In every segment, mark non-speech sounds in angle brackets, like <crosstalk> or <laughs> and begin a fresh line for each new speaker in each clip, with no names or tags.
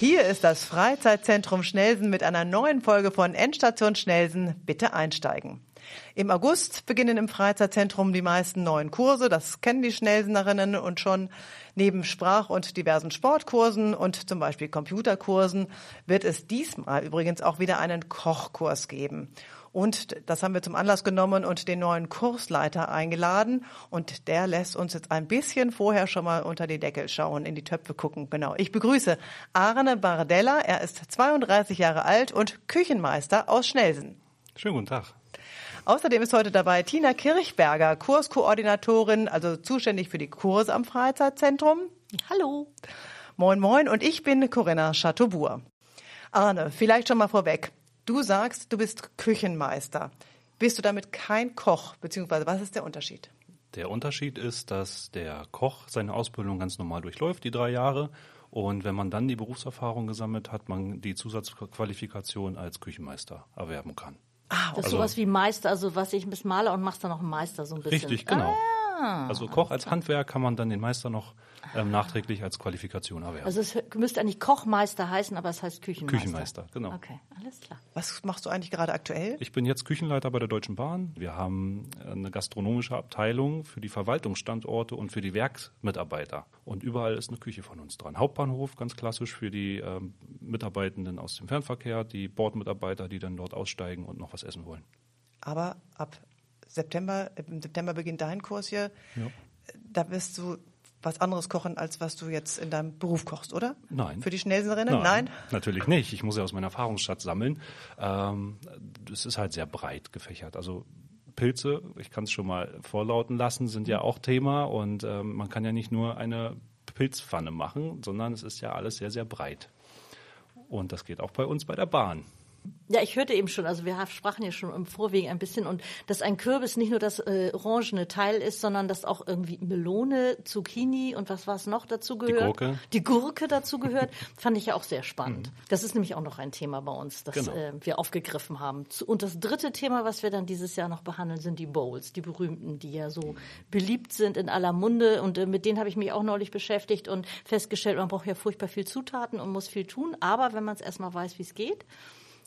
ist das Freizeitzentrum Schnelsen mit einer neuen Folge von Endstation Schnelsen. Bitte einsteigen. Im August beginnen im Freizeitzentrum die meisten neuen Kurse. Das kennen die Schnellsnerinnen und schon. Neben Sprach- und diversen Sportkursen und zum Beispiel Computerkursen wird es diesmal übrigens auch wieder einen Kochkurs geben. Und das haben wir zum Anlass genommen und den neuen Kursleiter eingeladen. Und der lässt uns jetzt ein bisschen vorher schon mal unter die Deckel schauen, in die Töpfe gucken. Genau. Ich begrüße Arne Bardella. Er ist 32 Jahre alt und Küchenmeister aus Schnelsen.
Schönen guten Tag.
Außerdem ist heute dabei Tina Kirchberger, Kurskoordinatorin, also zuständig für die Kurse am Freizeitzentrum.
Hallo.
Moin, moin. Und ich bin Corinna Chateaubourg. Arne, vielleicht schon mal vorweg. Du sagst, du bist Küchenmeister. Bist du damit kein Koch? Beziehungsweise was ist der Unterschied?
Der Unterschied ist, dass der Koch seine Ausbildung ganz normal durchläuft, die drei Jahre. Und wenn man dann die Berufserfahrung gesammelt hat, man die Zusatzqualifikation als Küchenmeister erwerben kann.
Das ist
Also-
sowas wie Meister, also was ich bis Maler und machst dann noch einen Meister so ein bisschen.
Richtig, genau.
Ah.
Also Koch als Handwerk kann man dann den Meister noch ähm, nachträglich als Qualifikation erwerben.
Also es müsste eigentlich Kochmeister heißen, aber es heißt Küchenmeister.
Küchenmeister, genau.
Okay, alles klar.
Was machst du eigentlich gerade aktuell?
Ich bin jetzt Küchenleiter bei der Deutschen Bahn. Wir haben äh, eine gastronomische Abteilung für die Verwaltungsstandorte und für die Werksmitarbeiter. Und überall ist eine Küche von uns dran. Hauptbahnhof, ganz klassisch für die ähm, Mitarbeitenden aus dem Fernverkehr, die Bordmitarbeiter, die dann dort aussteigen und noch was essen wollen.
Aber ab September, äh, im September beginnt dein Kurs hier. Da wirst du was anderes kochen, als was du jetzt in deinem Beruf kochst, oder?
Nein.
Für die Schnellserinnen?
Natürlich nicht. Ich muss ja aus meinem Erfahrungsschatz sammeln. Ähm, das ist halt sehr breit gefächert. Also Pilze, ich kann es schon mal vorlauten lassen, sind ja auch Thema und ähm, man kann ja nicht nur eine Pilzpfanne machen, sondern es ist ja alles sehr, sehr breit. Und das geht auch bei uns bei der Bahn.
Ja, ich hörte eben schon, also wir sprachen ja schon im Vorwegen ein bisschen und dass ein Kürbis nicht nur das äh, orangene Teil ist, sondern dass auch irgendwie Melone, Zucchini und was war es noch dazu gehört?
Gurke.
Die Gurke dazu gehört, <laughs> fand ich ja auch sehr spannend. Das ist nämlich auch noch ein Thema bei uns, das
Mhm. Genau.
äh, wir aufgegriffen haben. Zu- Und das dritte Thema, was wir dann dieses Jahr noch behandeln, sind die Bowls, die berühmten, die ja so beliebt sind in aller Munde und äh, mit denen habe ich mich auch neulich beschäftigt und festgestellt, man braucht ja furchtbar viel Zutaten und muss viel tun, aber wenn man es erstmal weiß, wie es geht,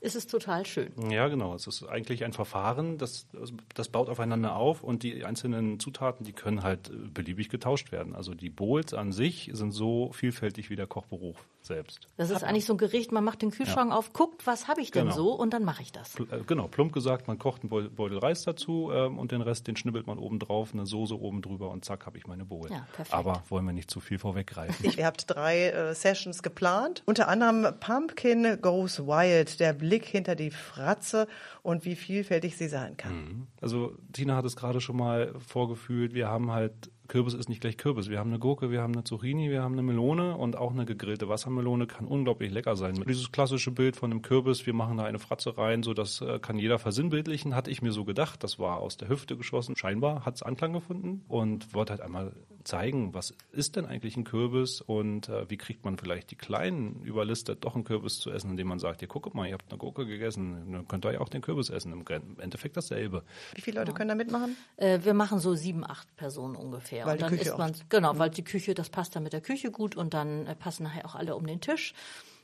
ist es total schön.
Ja, genau. Es ist eigentlich ein Verfahren, das, das baut aufeinander auf und die einzelnen Zutaten, die können halt äh, beliebig getauscht werden. Also die Bowls an sich sind so vielfältig wie der Kochberuf selbst.
Das ist eigentlich so ein Gericht, man macht den Kühlschrank auf, guckt, was habe ich denn
Genau.
so und dann mache ich das.
Pl- äh, Genau, plump gesagt, man kocht einen Beul- Beutel Reis dazu ähm, und den Rest, den schnibbelt man oben drauf, eine Soße oben drüber und zack, habe ich meine Bowl.
Ja, perfekt.
Aber wollen wir nicht zu viel
<laughs>
vorweggreifen.
Ihr habt drei äh, Sessions geplant, unter anderem Pumpkin Goes Wild, der Blick hinter die Fratze und wie vielfältig sie sein kann.
Also Tina hat es gerade schon mal vorgefühlt, wir haben halt, Kürbis ist nicht gleich Kürbis, wir haben eine Gurke, wir haben eine Zucchini, wir haben eine Melone und auch eine gegrillte Wassermelone kann unglaublich lecker sein. Dieses klassische Bild von einem Kürbis, wir machen da eine Fratze rein, so das äh, kann jeder versinnbildlichen, hatte ich mir so gedacht, das war aus der Hüfte geschossen, scheinbar hat es Anklang gefunden und wollte halt einmal zeigen, was ist denn eigentlich ein Kürbis und äh, wie kriegt man vielleicht die Kleinen überlistet, doch einen Kürbis zu essen, indem man sagt, ihr guckt mal, ihr habt eine Gurke gegessen, dann könnt ihr ja auch den Kürbis essen, im Gren- im Endeffekt dasselbe.
Wie viele Leute können da mitmachen?
Äh, wir machen so sieben, acht Personen ungefähr.
Weil
und
die
dann
Küche Mhm.
isst man, genau, weil die Küche, das passt dann mit der Küche gut und dann äh, passen nachher auch alle um den Tisch.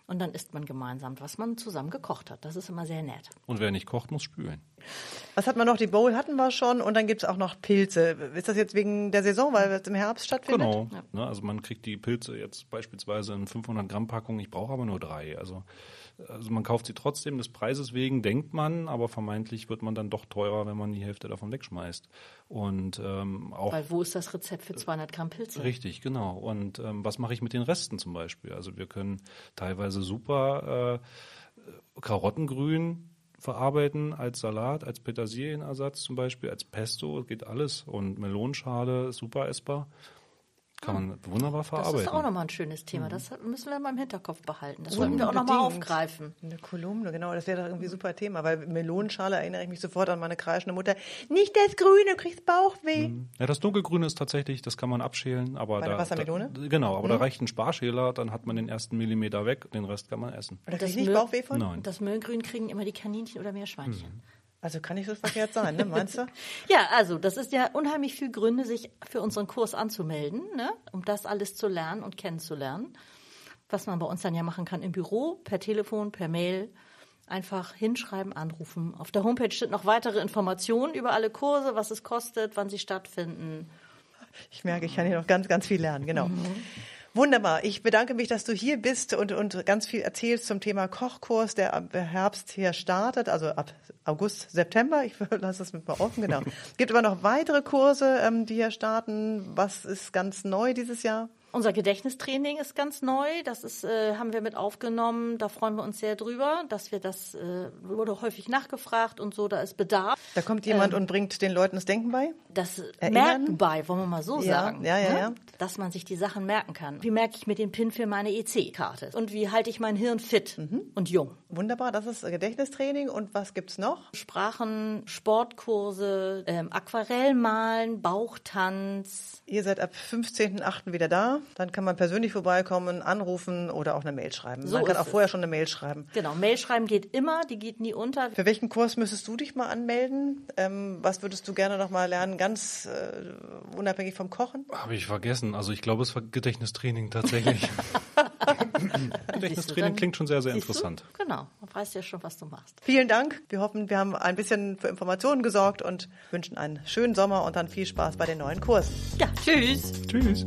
Und dann isst man gemeinsam, was man zusammen gekocht hat. Das ist immer sehr nett.
Und wer nicht kocht, muss spülen.
Was hat man noch? Die Bowl hatten wir schon und dann gibt es auch noch Pilze. Ist das jetzt wegen der Saison, weil es im Herbst stattfindet?
Genau. Ne, also man kriegt die Pilze jetzt beispielsweise in 500 Gramm Packung, ich brauche aber nur drei. Also, also man kauft sie trotzdem des Preises wegen, denkt man, aber vermeintlich wird man dann doch teurer, wenn man die Hälfte davon wegschmeißt. Und ähm, auch
Weil wo ist das Rezept für 200 Gramm Pilze?
Richtig, genau. Und ähm, was mache ich mit den Resten zum Beispiel? Also wir können teilweise super äh, Karottengrün verarbeiten als Salat, als Petersilienersatz zum Beispiel, als Pesto, geht alles. Und Melonenschale ist super essbar. Kann man wunderbar
Das
verarbeiten.
ist auch nochmal ein schönes Thema. Das müssen wir mal im Hinterkopf behalten. Das sollten wir auch nochmal
Mhm. Unbedingt.
aufgreifen.
Eine Kolumne, genau, das wäre doch irgendwie ein super Thema, weil Melonenschale erinnere ich mich sofort an meine kreischende Mutter. Nicht das Grüne, du kriegst Bauchweh.
ja, das dunkelgrüne ist tatsächlich, das kann man abschälen, aber
Bei
da,
der Wassermelone?
da genau, aber da reicht ein Sparschäler, dann hat man den ersten Millimeter weg, den Rest kann man essen.
Oder krieg ich
Das
nicht
Müll-
Bauchweh von?
Nein.
Das Möhrengrün kriegen immer die Kaninchen oder Meerschweinchen.
Also kann nicht so verkehrt sein, ne? meinst
<laughs>
du?
Ja, also das ist ja unheimlich viel Gründe, sich für unseren Kurs anzumelden, ne? um das alles zu lernen und kennenzulernen. was man bei uns dann ja machen kann im Büro, per Telefon, per Mail. Einfach hinschreiben, anrufen. Auf der Homepage sind noch weitere Informationen über alle Kurse, was es kostet, wann sie stattfinden.
Ich merke, ich kann hier noch ganz, ganz viel lernen, genau.
Mhm.
Wunderbar. Ich bedanke mich, dass du hier bist und, und ganz viel erzählst zum Thema Kochkurs, der ab Herbst hier startet, also ab August, September. Ich <laughs> lasse es mit mal offen,
<laughs>
genau. Gibt aber noch weitere Kurse, ähm, die hier starten. Was ist ganz neu dieses Jahr?
Unser Gedächtnistraining ist ganz neu. Das ist, äh, haben wir mit aufgenommen. Da freuen wir uns sehr drüber, dass wir das äh, wurde häufig nachgefragt und so. Da ist Bedarf.
Da kommt jemand
Ähm.
und bringt den Leuten das Denken bei?
Das
Erinnern?
Merken bei, wollen wir mal so
Ja,
sagen. ne?
ja, ja, ja.
Dass man sich die Sachen merken kann. Wie merke ich mir den PIN für meine EC-Karte? Und wie halte ich mein Hirn fit und jung?
Wunderbar. Das ist Gedächtnistraining. Und was gibt's noch?
Sprachen, Sportkurse, ähm, Aquarellmalen, Bauchtanz.
Ihr seid ab 15.08. wieder da. Dann kann man persönlich vorbeikommen, anrufen oder auch eine Mail schreiben.
So
man kann
ist
auch
es.
vorher schon eine Mail schreiben.
Genau, Mail schreiben geht immer, die geht nie unter.
Für welchen Kurs müsstest du dich mal anmelden? Ähm, was würdest du gerne noch mal lernen, ganz äh, unabhängig vom Kochen?
Habe ich vergessen. Also ich glaube, es war Gedächtnistraining
<laughs>
tatsächlich.
Siehst du, dann-
Gedächtnistraining klingt schon sehr, sehr
siehst du?
interessant.
Genau, man weiß ja schon, was du machst.
Vielen Dank. Wir hoffen, wir haben ein bisschen für Informationen gesorgt und wünschen einen schönen Sommer und dann viel Spaß bei den neuen Kursen.
Ja, tschüss.
Tschüss.